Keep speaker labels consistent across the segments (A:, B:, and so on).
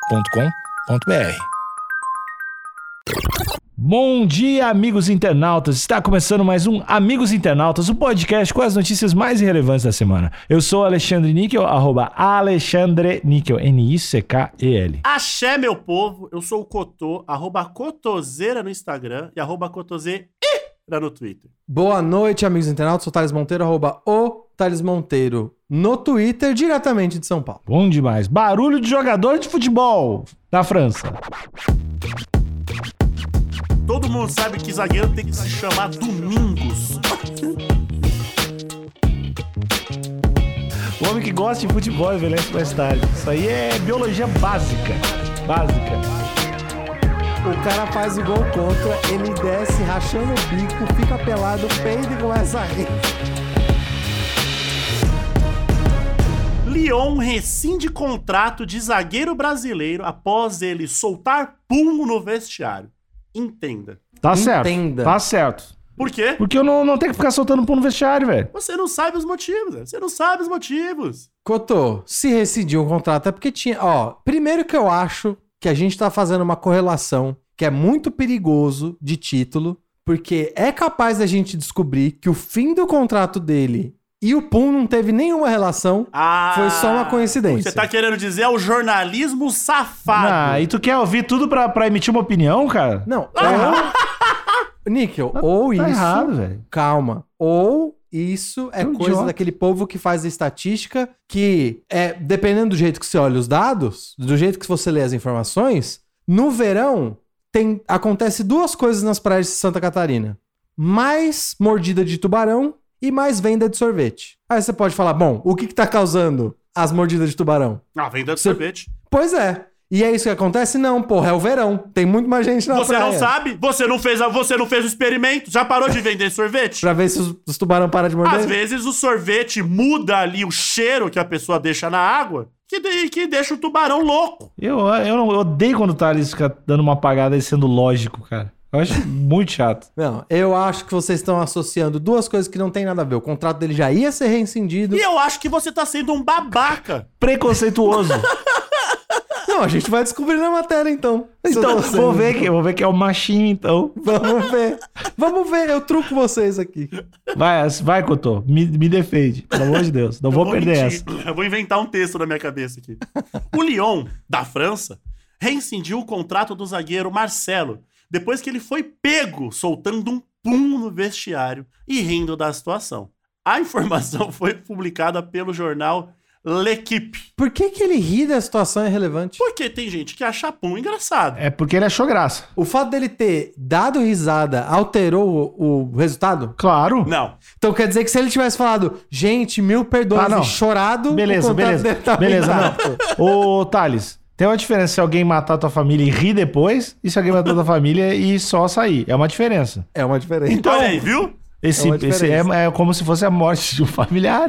A: agenciadepodcast.com.br.
B: Bom dia, amigos internautas. Está começando mais um Amigos Internautas, o podcast com as notícias mais relevantes da semana. Eu sou Alexandre Níquel, arroba Alexandre Níquel, N-I-C-K-E-L.
C: Axé, meu povo. Eu sou o Cotô, arroba Cotoseira no Instagram e arroba Cotoseira no Twitter.
D: Boa noite, amigos internautas. Sou Thales Monteiro, arroba o Thales Monteiro no Twitter, diretamente de São Paulo.
B: Bom demais. Barulho de jogador de futebol da França.
C: Todo mundo sabe que zagueiro tem que se chamar Domingos.
B: O homem que gosta de futebol envelhece mais tarde. Isso aí é biologia básica. Básica.
D: O cara faz o gol contra, ele desce rachando o bico, fica pelado, peida e começa a rir.
C: Lyon rescinde contrato de zagueiro brasileiro após ele soltar pum no vestiário. Entenda.
B: Tá certo.
D: Entenda.
B: Tá certo.
C: Por quê?
B: Porque eu não, não tenho que ficar soltando pão no vestiário, velho.
C: Você não sabe os motivos, né? você não sabe os motivos.
D: Cotô, se rescindiu o contrato é porque tinha. Ó, primeiro que eu acho que a gente tá fazendo uma correlação que é muito perigoso de título, porque é capaz da gente descobrir que o fim do contrato dele e o Pum não teve nenhuma relação.
C: Ah,
D: Foi só uma coincidência.
C: Você tá querendo dizer é o jornalismo
B: Ah,
C: safado.
B: e tu quer ouvir tudo pra, pra emitir uma opinião, cara?
D: Não, ou. Níquel, ou
B: tá
D: Ah, isso.
B: errado, velho.
D: Calma. Ou isso é
B: Tô
D: coisa
B: idiota.
D: daquele povo que faz a estatística, que é dependendo do jeito que você olha os dados, do jeito que você lê as informações, no verão tem acontece duas coisas nas praias de Santa Catarina: mais mordida de tubarão e mais venda de sorvete. Aí você pode falar, bom, o que que tá causando as mordidas de tubarão?
C: Ah, venda de
D: Você-
C: sorvete.
D: Pois é. E é isso que acontece? Não, porra, é o verão. Tem muito mais gente na
C: Você
D: praia.
C: não sabe? Você não fez a, você não fez o experimento? Já parou de vender sorvete?
D: Pra ver se os, os tubarão param de morder.
C: Às vezes o sorvete muda ali o cheiro que a pessoa deixa na água, que, de- que deixa o tubarão louco.
B: Eu, eu, não- eu odeio quando o Thales fica dando uma apagada e sendo lógico, cara. Eu acho muito chato.
D: Não, eu acho que vocês estão associando duas coisas que não tem nada a ver. O contrato dele já ia ser reincindido.
C: E eu acho que você tá sendo um babaca.
B: Preconceituoso.
D: Não, a gente vai descobrir na matéria então. Se eu
B: então,
D: tô
B: vou
D: sendo.
B: ver, que, vou ver que é o machinho, então.
D: Vamos ver. Vamos ver, eu truco vocês aqui.
B: Vai, as- vai Cotô. Me, me defende. Pelo amor de Deus. Não
C: Eu
B: vou, perder essa.
C: mentir. Eu vou inventar um texto na minha cabeça aqui. O Lyon, da França, rescindiu o contrato do zagueiro Marcelo depois que ele foi pego soltando um pum no vestiário e rindo da situação. A informação foi publicada pelo jornal L'Equipe.
D: Por que, que ele ri da situação irrelevante?
C: Porque tem gente que acha pum engraçado.
B: É porque ele achou graça.
D: O fato dele ter dado risada alterou o, o resultado?
B: Claro.
C: Não.
D: Então quer dizer que se ele tivesse falado, gente, mil perdões
B: Ah, não.
D: e chorado,
B: Beleza,
D: o contrato
B: beleza.
D: dele tá tava
B: Beleza,
D: intacto.
B: não. Ô, Thales, tem uma diferença se alguém matar tua família e rir depois e se alguém matar tua família e só sair. É uma diferença.
D: É uma diferença.
B: Então,
C: Olha aí, viu?
B: Esse,
D: É uma
B: esse é,
D: diferença.
B: é como se fosse a morte de um familiar.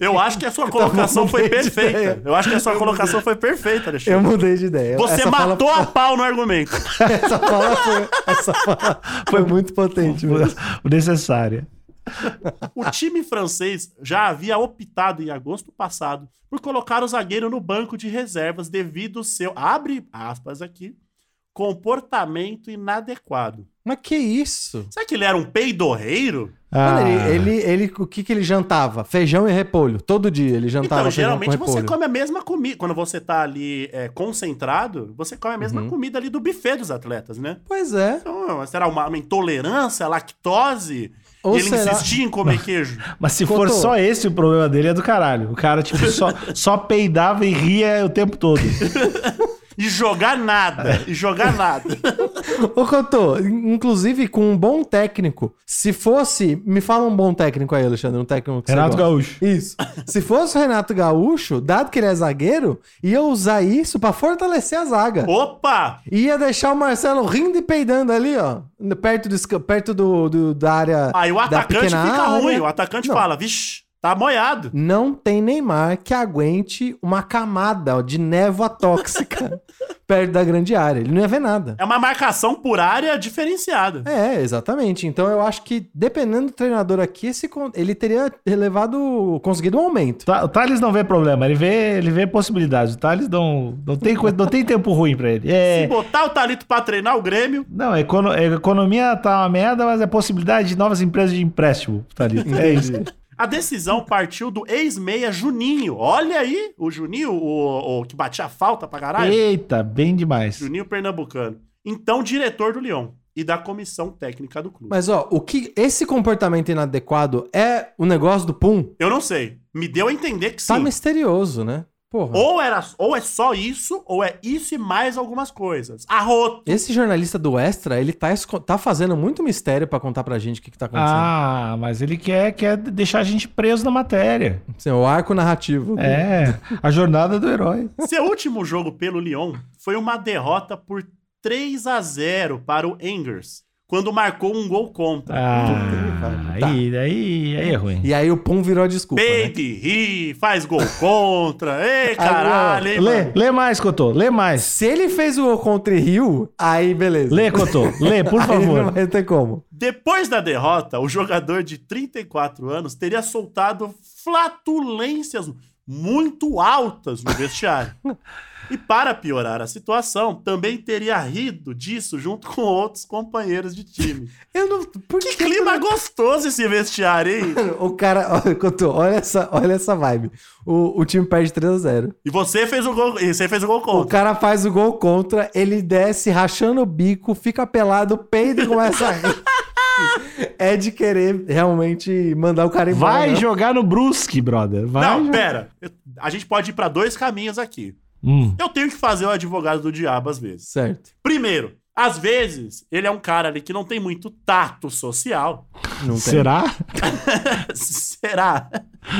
C: Eu acho que a sua colocação foi perfeita. Eu acho que a sua colocação foi perfeita,
D: Eu
C: Alexandre.
D: mudei de ideia.
C: Você
D: Essa fala-
C: matou a pau no argumento.
D: Essa fala foi, essa fala foi muito potente mesmo.
B: Necessária.
C: O
D: Ah.
C: time francês já havia optado em agosto passado por colocar o zagueiro no banco de reservas devido ao seu, abre aspas aqui, comportamento inadequado.
D: Mas que isso?
C: Será que ele era um peidorreiro?
B: Ah,
D: Mano, ele, ele, ele- o que, que ele jantava? Feijão e repolho. Todo dia ele jantava
C: então,
D: feijão
C: geralmente
D: com
C: você
D: repolho.
C: come a mesma comida. Quando você tá ali é, concentrado, você come a
D: Uhum.
C: mesma comida ali do buffet dos atletas, né?
D: Pois é.
C: Então, será uma, uma intolerância à lactose?
D: Ou
C: ele
D: será-
C: insistia em comer queijo?
B: Mas se for
D: Cotô.
B: só esse, o problema dele é do caralho. O cara, tipo, só, só peidava e ria o tempo todo.
C: E jogar nada. E jogar nada.
D: Ô, Cotô, in- inclusive com um bom técnico, se fosse... Me fala um bom técnico aí, Alexandre, um técnico que você
B: Renato
D: gosta.
B: Gaúcho.
D: Isso. Se fosse o Renato Gaúcho, dado que ele é zagueiro, ia usar isso pra fortalecer a zaga.
C: Opa!
D: Ia deixar o Marcelo rindo e peidando ali, ó. Perto, do, esca- perto do, do- da área.
C: Aí o
D: da
C: atacante fica
D: pequena área.
C: ruim. O atacante
D: Não.
C: fala, vixe, tá moiado.
D: Não tem Neymar que aguente uma camada de névoa tóxica. perto da grande área. Ele não ia ver nada.
C: É uma marcação por área diferenciada.
D: É, exatamente. Então eu acho que, dependendo do treinador aqui, esse, con- ele teria levado, conseguido um aumento.
B: Ta- Tá, O Thales não vê problema, ele vê, ele vê possibilidades. O Thales não, não, tem, coi- não tem tempo ruim pra ele.
C: Se
B: É,
C: botar o Thalito pra treinar o Grêmio,
B: não, econo- a economia tá uma merda, mas é possibilidade de novas empresas de empréstimo, Thales. É isso.
C: a decisão partiu do ex-meia Juninho. Olha aí, o Juninho, o, o que batia falta pra caralho.
B: Eita, bem demais.
C: Juninho Pernambucano. Então, diretor do Leão e da comissão técnica do clube.
D: Mas ó, o que esse comportamento inadequado é o negócio do Pum?
C: Eu não sei. Me deu a entender que sim.
D: Tá misterioso, né? Porra.
C: Ou, era, ou é só isso, ou é isso e mais algumas coisas. Arroto.
D: Esse jornalista do Extra, ele tá, esco- tá fazendo muito mistério pra contar pra gente o que, que tá acontecendo.
B: Ah, mas ele quer, quer deixar a gente preso na matéria.
D: Assim, o arco narrativo.
B: É, a jornada do herói.
C: Seu último jogo pelo Lyon foi uma derrota por 3 a 0 para o Engers, quando marcou um gol contra.
B: Ah,
D: Tá.
B: aí, aí, aí é ruim.
D: E aí o Pum virou a desculpa. Né?
C: Peide, ri, faz gol contra. Ei, caralho, hein,
B: Lê,
C: mano?
B: lê mais, Cotô, lê mais.
D: Se ele fez o contra e Rio, aí beleza.
B: Lê, Cotô, lê, por
D: Aí
B: favor.
D: não vai ter como.
C: Depois da derrota, o jogador de 34 anos teria soltado flatulências muito altas no vestiário. e para piorar a situação, também teria rido disso junto com outros companheiros de time.
D: Eu não. Por
C: Que clima gostoso esse vestiário, hein?
D: O cara, olha, Couto, olha essa, olha essa vibe. O, o time perde 3x0.
C: E você fez o gol, e você fez o gol
D: O
C: contra.
D: cara faz o gol contra, ele desce rachando o bico, fica pelado, peida e começa a rir. É de querer realmente mandar o cara embora.
B: Vai
D: né?
B: jogar no Brusque, brother. Vai
C: Não,
B: jogar-
C: pera. Eu- A gente pode ir pra dois caminhos aqui.
B: Hum.
C: Eu tenho que fazer o advogado do diabo às vezes.
D: Certo.
C: Primeiro, às vezes, ele é um cara ali que não tem muito tato social.
D: Não tem.
B: Será?
C: Será?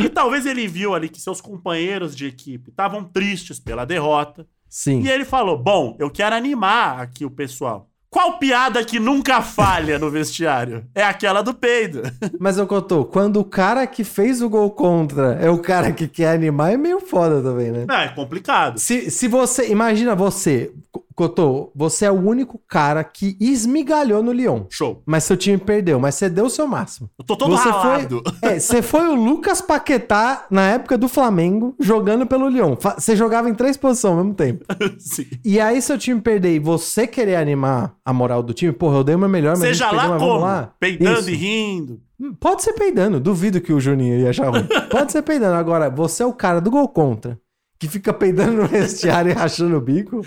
C: E talvez ele viu ali que seus companheiros de equipe estavam tristes pela derrota.
D: Sim.
C: E
B: é-
C: ele falou: Bom, eu quero animar aqui o pessoal. Qual piada que nunca falha no vestiário? É aquela do peido.
D: Mas eu contou, quando o cara que fez o gol contra é o cara que quer animar, é meio foda também, né?
C: Não, é complicado.
D: Se, se você. Imagina você, Co- Cotô, você é o único cara que esmigalhou no Lyon.
C: Show.
D: Mas seu time perdeu, mas você deu o seu máximo.
C: Eu tô todo
D: Você
C: ralado.
D: É, você foi o Lucas Paquetá na época do Flamengo, jogando pelo Lyon. Fa- Você jogava em três posições ao mesmo tempo.
C: Sim.
D: E aí, seu time perder e você querer animar a moral do time, porra, eu dei o meu melhor, mas a gente
C: Seja
D: perdeu,
C: lá
D: mas
C: como,
D: vamos lá.
C: peidando
D: Isso.
C: e rindo.
D: Pode ser peidando, duvido que o Juninho ia achar ruim. Pode ser peidando. Agora, você é o cara do gol contra, que fica peidando no vestiário e rachando o bico.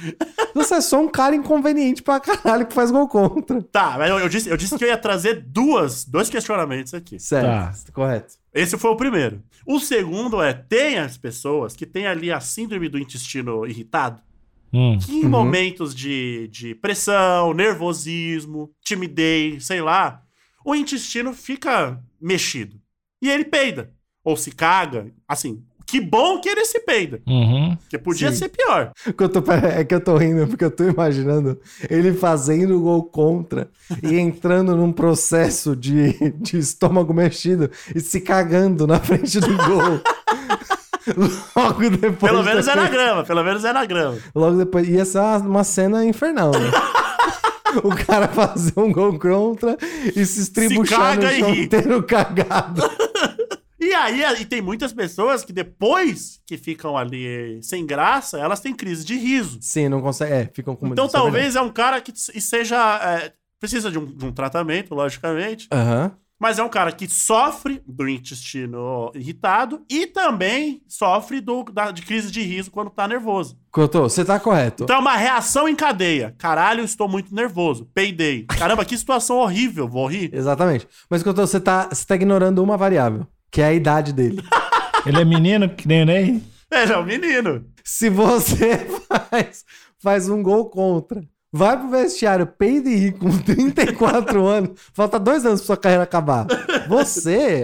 D: Você é só um cara inconveniente pra caralho que faz gol contra.
C: Tá, mas eu, eu disse, eu disse que eu ia trazer duas, dois questionamentos aqui. Tá.
D: Certo, correto.
C: Esse foi o primeiro. O segundo é: tem as pessoas que têm ali a síndrome do intestino irritado,
B: Hum.
C: que em
D: Uhum.
C: momentos de, de pressão, nervosismo, timidez, sei lá, o intestino fica mexido. E ele peida. Ou se caga. Assim, que bom que ele se peida.
B: Uhum.
C: Porque podia
D: Sim.
C: ser pior.
D: Que eu tô- é que eu tô rindo porque eu tô imaginando ele fazendo o gol contra e entrando num processo de, de estômago mexido e se cagando na frente do gol. Logo depois.
C: Pelo menos é
D: daquele-
C: na grama, pelo menos é na grama.
D: Logo depois. Ia ser uma, uma cena infernal, né? o cara fazer um gol contra e se estribuchar
C: caga
D: no
C: e
D: chão
C: ri.
D: inteiro cagado.
C: E aí, e tem muitas pessoas que depois que ficam ali sem graça, elas têm crise de riso.
D: Sim, não consegue. É, ficam com
C: Então
D: isso é verdade.
C: talvez é um cara que s- seja. é, precisa de um, de um tratamento, logicamente.
D: Aham.
C: Mas é um cara que sofre do intestino irritado e também sofre do, da- de crise de riso quando tá nervoso.
D: Cotô, você tá correto.
C: Então é uma reação em cadeia. Caralho, eu estou muito nervoso. Peidei. Caramba, que situação horrível, vou rir.
D: Exatamente. Mas Cotô, você tá, você tá ignorando uma variável, que é a idade dele.
B: Ele é menino, que nem o Ney?
C: É, já é um menino.
D: Se você faz, faz um gol contra, vai pro vestiário, peida e ri com 34 anos, falta dois anos pra sua carreira acabar. Você,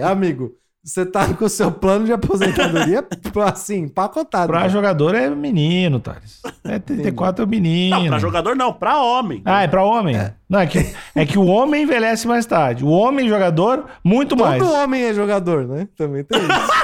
D: amigo, você tá com o seu plano de aposentadoria assim, empacotado.
B: Pra
D: cara.
B: jogador é menino, Thales. É 34 é menino.
C: Não, pra jogador não, pra homem.
B: Ah, é pra homem? Não, é que, é que o homem envelhece mais tarde. O homem jogador, muito mais.
D: Todo homem é jogador, né? Também tem isso.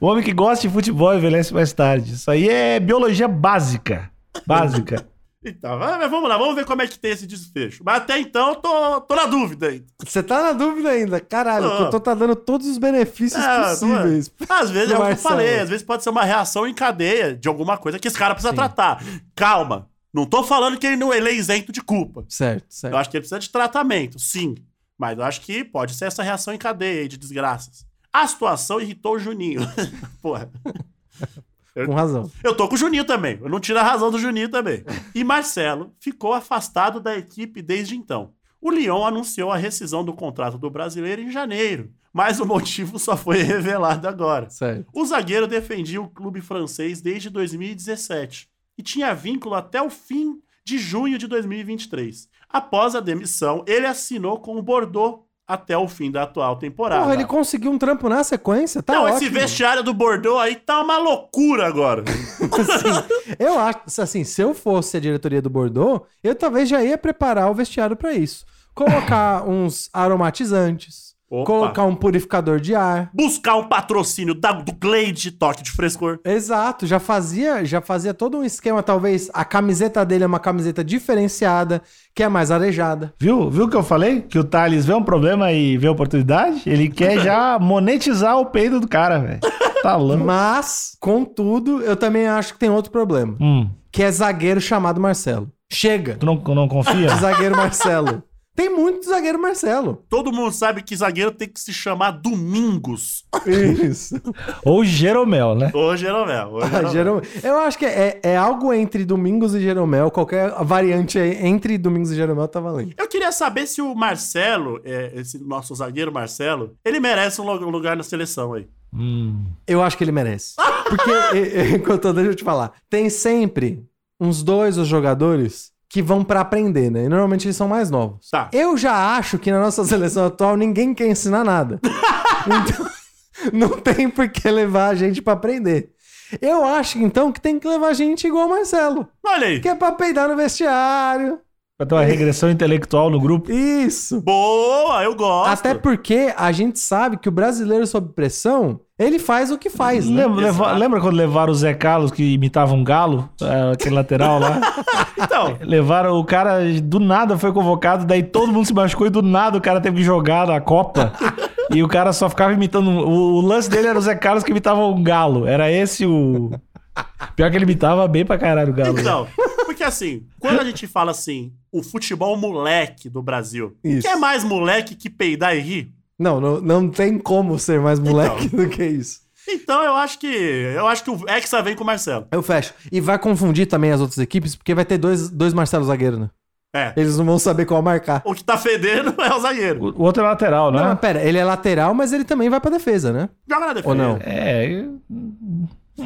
B: O homem que gosta de futebol envelhece mais tarde. Isso aí é biologia básica. Básica.
C: Então, vai- mas vamos lá, vamos ver como é que tem esse desfecho. Mas até então, eu tô, tô na dúvida ainda.
D: Você tá na dúvida ainda. Caralho,
C: Tô.
D: o Totó tá dando todos os benefícios
C: Ah,
D: possíveis.
C: não é? Às vezes é o que eu
D: Marcelo.
C: falei, às vezes pode ser uma reação em cadeia de alguma coisa que esse cara precisa
D: Sim.
C: tratar. Calma, não tô falando que ele não ele é isento de culpa.
D: Certo, certo.
C: Eu acho que ele precisa de tratamento, sim. Mas eu acho que pode ser essa reação em cadeia aí de desgraças. A situação irritou o Juninho. Porra. é
D: Com razão.
C: Eu tô com o Juninho também. Eu não tiro a razão do Juninho também. E Marcelo ficou afastado da equipe desde então. O Lyon anunciou a rescisão do contrato do brasileiro em janeiro, mas o motivo só foi revelado agora.
D: Certo.
C: O zagueiro defendia o clube francês desde 2017 e tinha vínculo até o fim de junho de 2023. Após a demissão, ele assinou com o Bordeaux até o fim da atual temporada.
D: Porra, ele conseguiu um trampo na sequência? Tá
C: Não,
D: ótimo.
C: esse vestiário do Bordeaux aí tá uma loucura agora.
D: Eu acho, assim, se eu fosse a diretoria do Bordeaux, eu talvez já ia preparar o vestiário pra isso. Colocar uns aromatizantes,
C: Opa.
D: colocar um purificador de ar.
C: Buscar um patrocínio da, do Glade Toque de Frescor.
D: Exato, já fazia, já fazia todo um esquema, talvez a camiseta dele é uma camiseta diferenciada, que é mais arejada.
B: Viu? Viu que eu falei? Que o Thales vê um problema e vê oportunidade? Ele quer já monetizar o peido do cara, velho. Tá louco.
D: Mas, contudo, eu também acho que tem outro problema,
B: Hum,
D: que é zagueiro chamado Marcelo. Chega,
B: tu não, não confia?
D: zagueiro Marcelo. Tem muito zagueiro Marcelo.
C: Todo mundo sabe que zagueiro tem que se chamar Domingos.
D: Isso.
B: Ou Jeromel, né?
C: Hoje é novela. Hoje
D: Ah,
C: é novela.
D: Jerome- Eu acho que é, é algo entre Domingos e Jeromel. Qualquer variante aí entre Domingos e Jeromel tá valendo.
C: Eu queria saber se o Marcelo, é, esse nosso zagueiro Marcelo, ele merece um lu- um lugar na seleção aí.
B: Hum.
D: Eu acho que ele merece. Porque, e- e- enquanto deixa eu te falar, tem sempre uns dois os jogadores que vão pra aprender, né? E normalmente eles são mais novos.
C: Tá.
D: Eu já acho que na nossa seleção atual ninguém quer ensinar nada. Então, não tem por que levar a gente pra aprender. Eu acho, então, que tem que levar a gente igual o Marcelo,
C: Olha aí.
D: que é pra peidar no vestiário.
B: Pra ter uma regressão intelectual no grupo.
D: Isso.
C: Boa, eu gosto.
D: Até porque a gente sabe que o brasileiro sob pressão, ele faz o que faz, né?
B: Lembra, leva-
C: Exato.
B: lembra quando levaram o Zé Carlos, que imitava um galo? É, Aquele lateral lá?
C: Então,
B: Levaram o cara, do nada foi convocado, daí todo mundo se machucou e do nada o cara teve que jogar na Copa. E o cara só ficava imitando. um, O, o lance dele era o Zé Carlos que imitava um galo. Era esse o. Pior que ele imitava bem pra caralho o galo.
C: então. Porque assim, quando a gente fala assim, o futebol moleque do Brasil,
D: Isso.
C: que é mais moleque que peidar e rir?
D: Não, não, não tem como ser mais moleque do que isso.
C: Então eu acho que. Eu acho que o Hexa vem com o Marcelo.
D: Eu fecho. E vai confundir também as outras equipes, porque vai ter dois, dois Marcelo zagueiro, né?
C: É.
D: Eles não vão saber qual marcar.
C: O que tá fedendo é o zagueiro.
B: O, o outro é lateral, né?
D: Não, mas pera, ele é lateral, mas ele também vai pra defesa, né?
C: Joga na defesa.
D: Ou não?
B: É.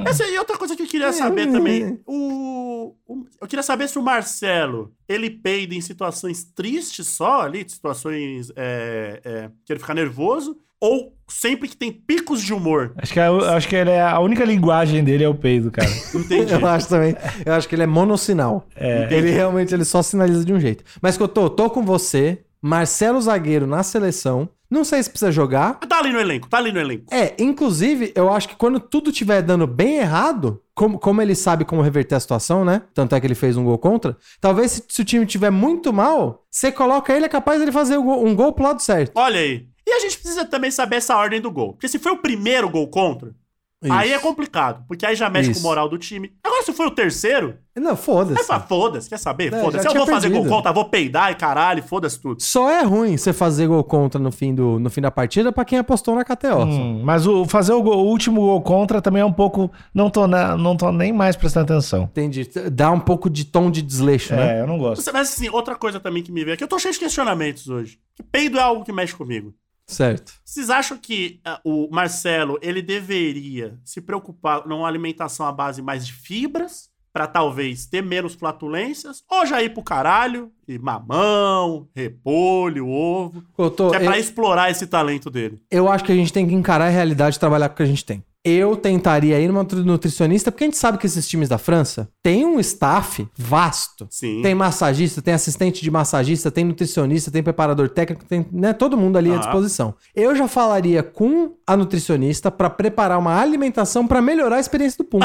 C: Essa aí é outra coisa que eu queria saber também. O, o- eu queria saber se o Marcelo, ele peida em situações tristes só ali, situações é, é, que ele fica nervoso, ou sempre que tem picos de humor.
B: Acho que, é- acho que ele é, a única linguagem dele é o peido, cara.
C: Entendi.
D: Eu acho também. Eu acho que ele é monossinal. Ele realmente ele só sinaliza de um jeito. Mas que eu tô, tô com você. Marcelo zagueiro na seleção. Não sei se precisa jogar.
C: tá ali no elenco, tá ali no elenco.
D: É, inclusive, eu acho que quando tudo estiver dando bem errado, como, como ele sabe como reverter a situação, né? Tanto é que ele fez um gol contra. Talvez se, se o time tiver muito mal, você coloca ele, é capaz dele fazer o gol- um gol pro lado certo.
C: Olha aí. E a gente precisa também saber essa ordem do gol. Porque se foi o primeiro gol contra, aí é complicado. Porque aí já mexe com
D: Isso.
C: o moral do time. Agora, se foi o terceiro,
D: Não,
C: é
D: foda-se.
C: pra foda-se, quer saber?
D: É,
C: foda-se.
D: já
C: Eu vou
D: tinha
C: fazer gol
D: perdido.
C: contra, vou peidar e caralho, foda-se tudo.
D: Só é ruim você fazer gol contra no fim, do, no fim da partida pra quem apostou na KTO.
B: Hum, mas o fazer o, gol- o último gol contra também é um pouco. Não tô, na- não tô nem mais prestando atenção.
D: Entendi. Dá um pouco de tom de desleixo,
B: É,
D: né?
B: eu não gosto.
C: Você- Mas assim, outra coisa também que me veio aqui, eu tô cheio de questionamentos hoje. Que peido é algo que mexe comigo.
D: Certo.
C: Vocês acham que ah, o Marcelo, ele deveria se preocupar numa alimentação à base mais de fibras, pra talvez ter menos flatulências, ou já ir pro caralho e mamão, repolho, ovo,
D: Couto,
C: que é pra
D: eu,
C: explorar esse talento dele?
D: eu acho que a gente tem que encarar a realidade e trabalhar com o que a gente tem. Eu tentaria ir numa nutri- nutricionista, porque a gente sabe que esses times da França têm um staff vasto.
C: Sim.
D: Tem massagista, tem assistente de massagista, tem nutricionista, tem preparador técnico, tem né, todo mundo ali à
C: Ah.
D: disposição. Eu já falaria com a nutricionista pra preparar uma alimentação pra melhorar a experiência do pum.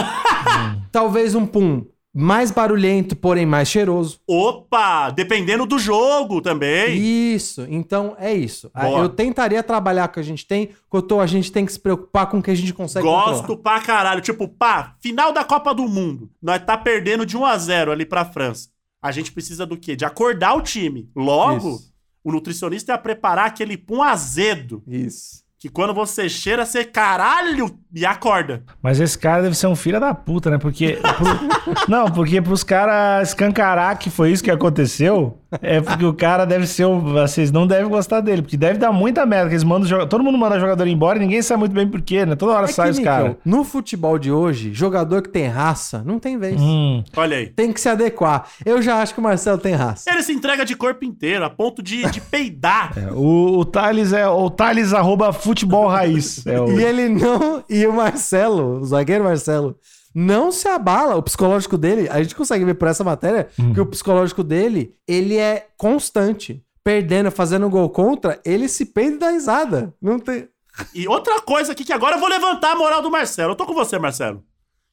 D: Talvez um pum mais barulhento, porém mais cheiroso.
C: Opa! Dependendo do jogo também.
D: Isso, então é isso. Ah,
C: Boa.
D: Eu tentaria trabalhar com o que a gente tem, Cotô, a gente tem que se preocupar com o que a gente consegue
C: Gosto
D: controlar.
C: pra caralho. Tipo, pá, final da Copa do Mundo. Nós tá perdendo de 1 a 0 ali pra França. A gente precisa do quê? De acordar o time. Logo,
D: Isso.
C: o nutricionista ia preparar aquele pum azedo.
D: Isso.
C: Que quando você cheira, você caralho e acorda.
B: Mas esse cara deve ser um filho da puta, né? Porque. pro- Não, porque pros caras escancarar que foi isso que aconteceu, é porque o cara deve ser. Um... Vocês não devem gostar dele, porque deve dar muita merda. que Eles mandam joga- Todo mundo manda jogador embora e ninguém sabe muito bem por quê, né? Toda hora
D: É
B: sai
D: que,
B: os
D: Níquel,
B: caras.
D: No futebol de hoje, jogador que tem raça não tem vez.
B: Hum.
C: Olha aí.
D: Tem que se adequar. Eu já acho que o Marcelo tem raça.
C: Ele se entrega de corpo inteiro, a ponto de, de peidar.
B: O, o Thales é o Thales arroba futebol raiz. É o...
D: E ele não. E o Marcelo, o zagueiro Marcelo, não se abala. O psicológico dele, a gente consegue ver por essa matéria
B: Hum.
D: que o psicológico dele, ele é constante. Perdendo, fazendo gol contra, ele se peida e dá risada. Não tem.
C: E outra coisa aqui que agora eu vou levantar a moral do Marcelo. Eu tô com você, Marcelo.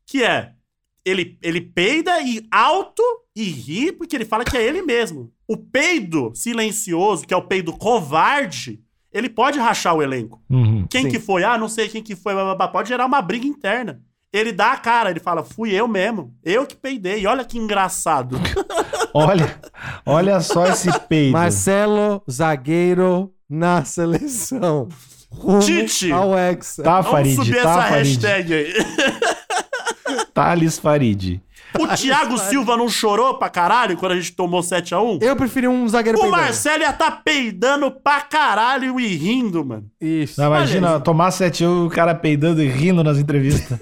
C: Que é, ele, ele peida e alto e ri porque ele fala que é ele mesmo. O peido silencioso, que é o peido covarde, ele pode rachar o elenco.
B: Uhum.
C: Quem
D: Sim.
C: que foi? Ah, não sei quem que foi, blá, blá, blá. pode gerar uma briga interna. Ele dá a cara, ele fala, fui eu mesmo. Eu que peidei. Olha que engraçado.
B: Olha, olha só esse peido.
D: Marcelo, zagueiro na seleção. Rumo
C: Tite.
D: Ao Hexa.
B: Tá,
C: Vamos
B: Farid,
C: subir
B: tá,
C: essa
B: Farid.
C: hashtag aí.
B: Thales Farid.
C: O Thiago Silva não chorou pra caralho quando a gente tomou 7x1?
D: Eu preferi um zagueiro
C: O
D: peidando.
C: Marcelo ia tá peidando pra caralho e rindo, mano.
D: Isso.
B: Não, imagina,
C: Olha.
B: tomar 7 e o cara peidando e rindo nas entrevistas.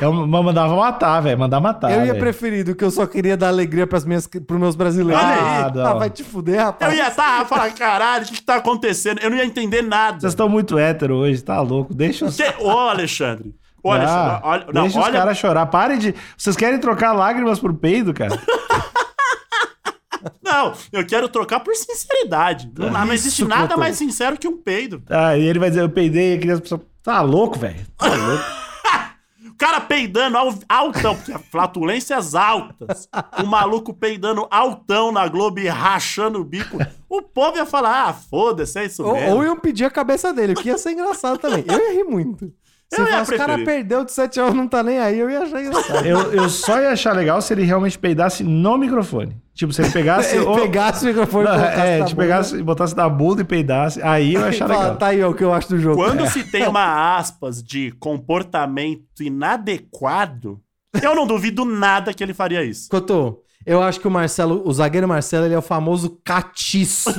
B: Eu ma- mandava matar, velho. Mandar matar.
D: eu ia
B: velho.
D: preferir do que eu só queria dar alegria pras minhas, pros meus brasileiros.
B: Olha aí.
D: Ah, vai te fuder,
C: Eu
D: rapaz.
C: ia tá falar, caralho, o que, que tá acontecendo? Eu não ia entender nada.
B: Vocês estão muito hétero hoje, tá louco? Deixa os.
C: Você- Ô, Alexandre. Ô,
B: Ah,
C: Alexandre, olha, não,
B: deixa os
C: olha-
B: caras chorar. Parem de. Vocês querem trocar lágrimas por peido, cara?
C: não, eu quero trocar por sinceridade. Não, não existe
D: Isso,
C: nada
D: Cotô.
C: mais sincero que um peido.
B: Ah, e ele vai dizer, eu peidei, eu queria as pessoas. Tá louco, velho.
C: O cara peidando al- altão, porque flatulências altas. O maluco peidando altão na Globo e rachando o bico. O povo ia falar, ah, foda-se, é isso
D: Ou,
C: mesmo.
D: ou iam pedir a cabeça dele, o que ia ser engraçado também. Eu ia rir muito. Se
C: Eu ia
D: fala, os caras
C: preferir.
D: perdeu de 7 anos não tá nem aí, eu ia achar engraçado.
B: Eu, eu só ia achar legal se ele realmente peidasse no microfone. Tipo, se ele pegasse.
D: Ele
B: ou-
D: pegasse o microfone
B: Não,
D: e colocasse
B: é,
D: na
B: te
D: bunda.
B: pegasse, botasse na bunda e peidasse. Aí eu ia
D: e
B: achar
D: fala,
B: legal.
D: Tá aí ó, o que eu acho do jogo.
C: Quando se tem uma aspas de comportamento inadequado, eu não duvido nada que ele faria isso.
D: Cotô, eu acho que o Marcelo, o zagueiro Marcelo, ele é o famoso catiço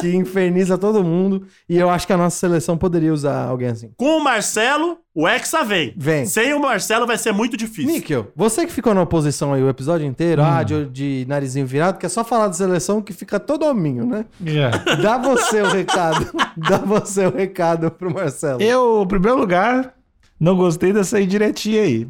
D: que inferniza todo mundo. E eu acho que a nossa seleção poderia usar alguém assim.
C: Com o Marcelo, o Hexa vem.
D: Vem.
C: Sem o Marcelo vai ser muito difícil.
D: Níquel, você que ficou na oposição aí o episódio
B: Hum.
D: inteiro, ah, de, de narizinho virado, que é só falar de seleção que fica todo hominho, né?
B: É.
D: Dá você o recado. Dá você o recado pro Marcelo.
B: Eu, em primeiro lugar, não gostei dessa indiretinha aí.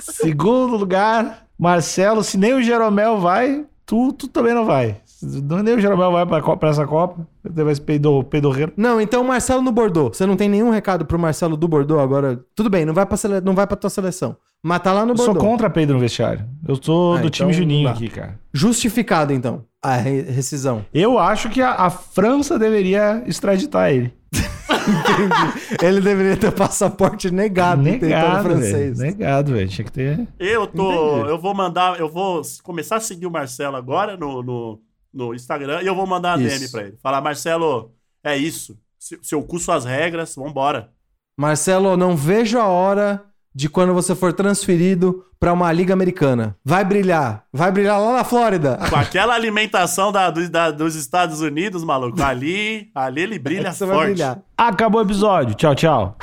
B: Segundo lugar, Marcelo, se nem o Jeromel vai, tu, tu também não vai. Se Nem o Jeromel vai pra, co- pra essa Copa. Você vai ser peido- peidorreiro.
D: Não, então o Marcelo no Bordeaux. Você não tem nenhum recado pro Marcelo do Bordeaux agora? Tudo bem, não vai pra, sele... não vai pra tua seleção. Mas tá lá no
B: Eu sou
D: Bordeaux.
B: contra peido no vestiário. Eu sou
D: Ah,
B: do time
D: então
B: Juninho
D: não dá.
B: aqui, cara.
D: Justificado, então, a re- rescisão.
B: Eu acho que a, a França deveria extraditar ele.
D: Ele deveria ter passaporte negado, no território
B: Negado, velho.
D: um francês.
B: Negado, velho. Tinha que ter...
C: Eu tô.
D: Entendi.
C: Eu vou mandar. Eu vou começar a seguir o Marcelo agora no, no, no Instagram e eu vou mandar a
D: Isso.
C: DM pra ele. Falar, Marcelo, é isso. Se, se eu curso as regras, vambora.
D: Marcelo, não vejo a hora de quando você for transferido pra uma liga americana. Vai brilhar. Vai brilhar lá na Flórida.
C: Com aquela alimentação da, do- da- dos Estados Unidos, maluco. Ali, ali ele brilha
D: É Você
C: forte.
D: vai brilhar.
B: Acabou o episódio. Tchau, tchau.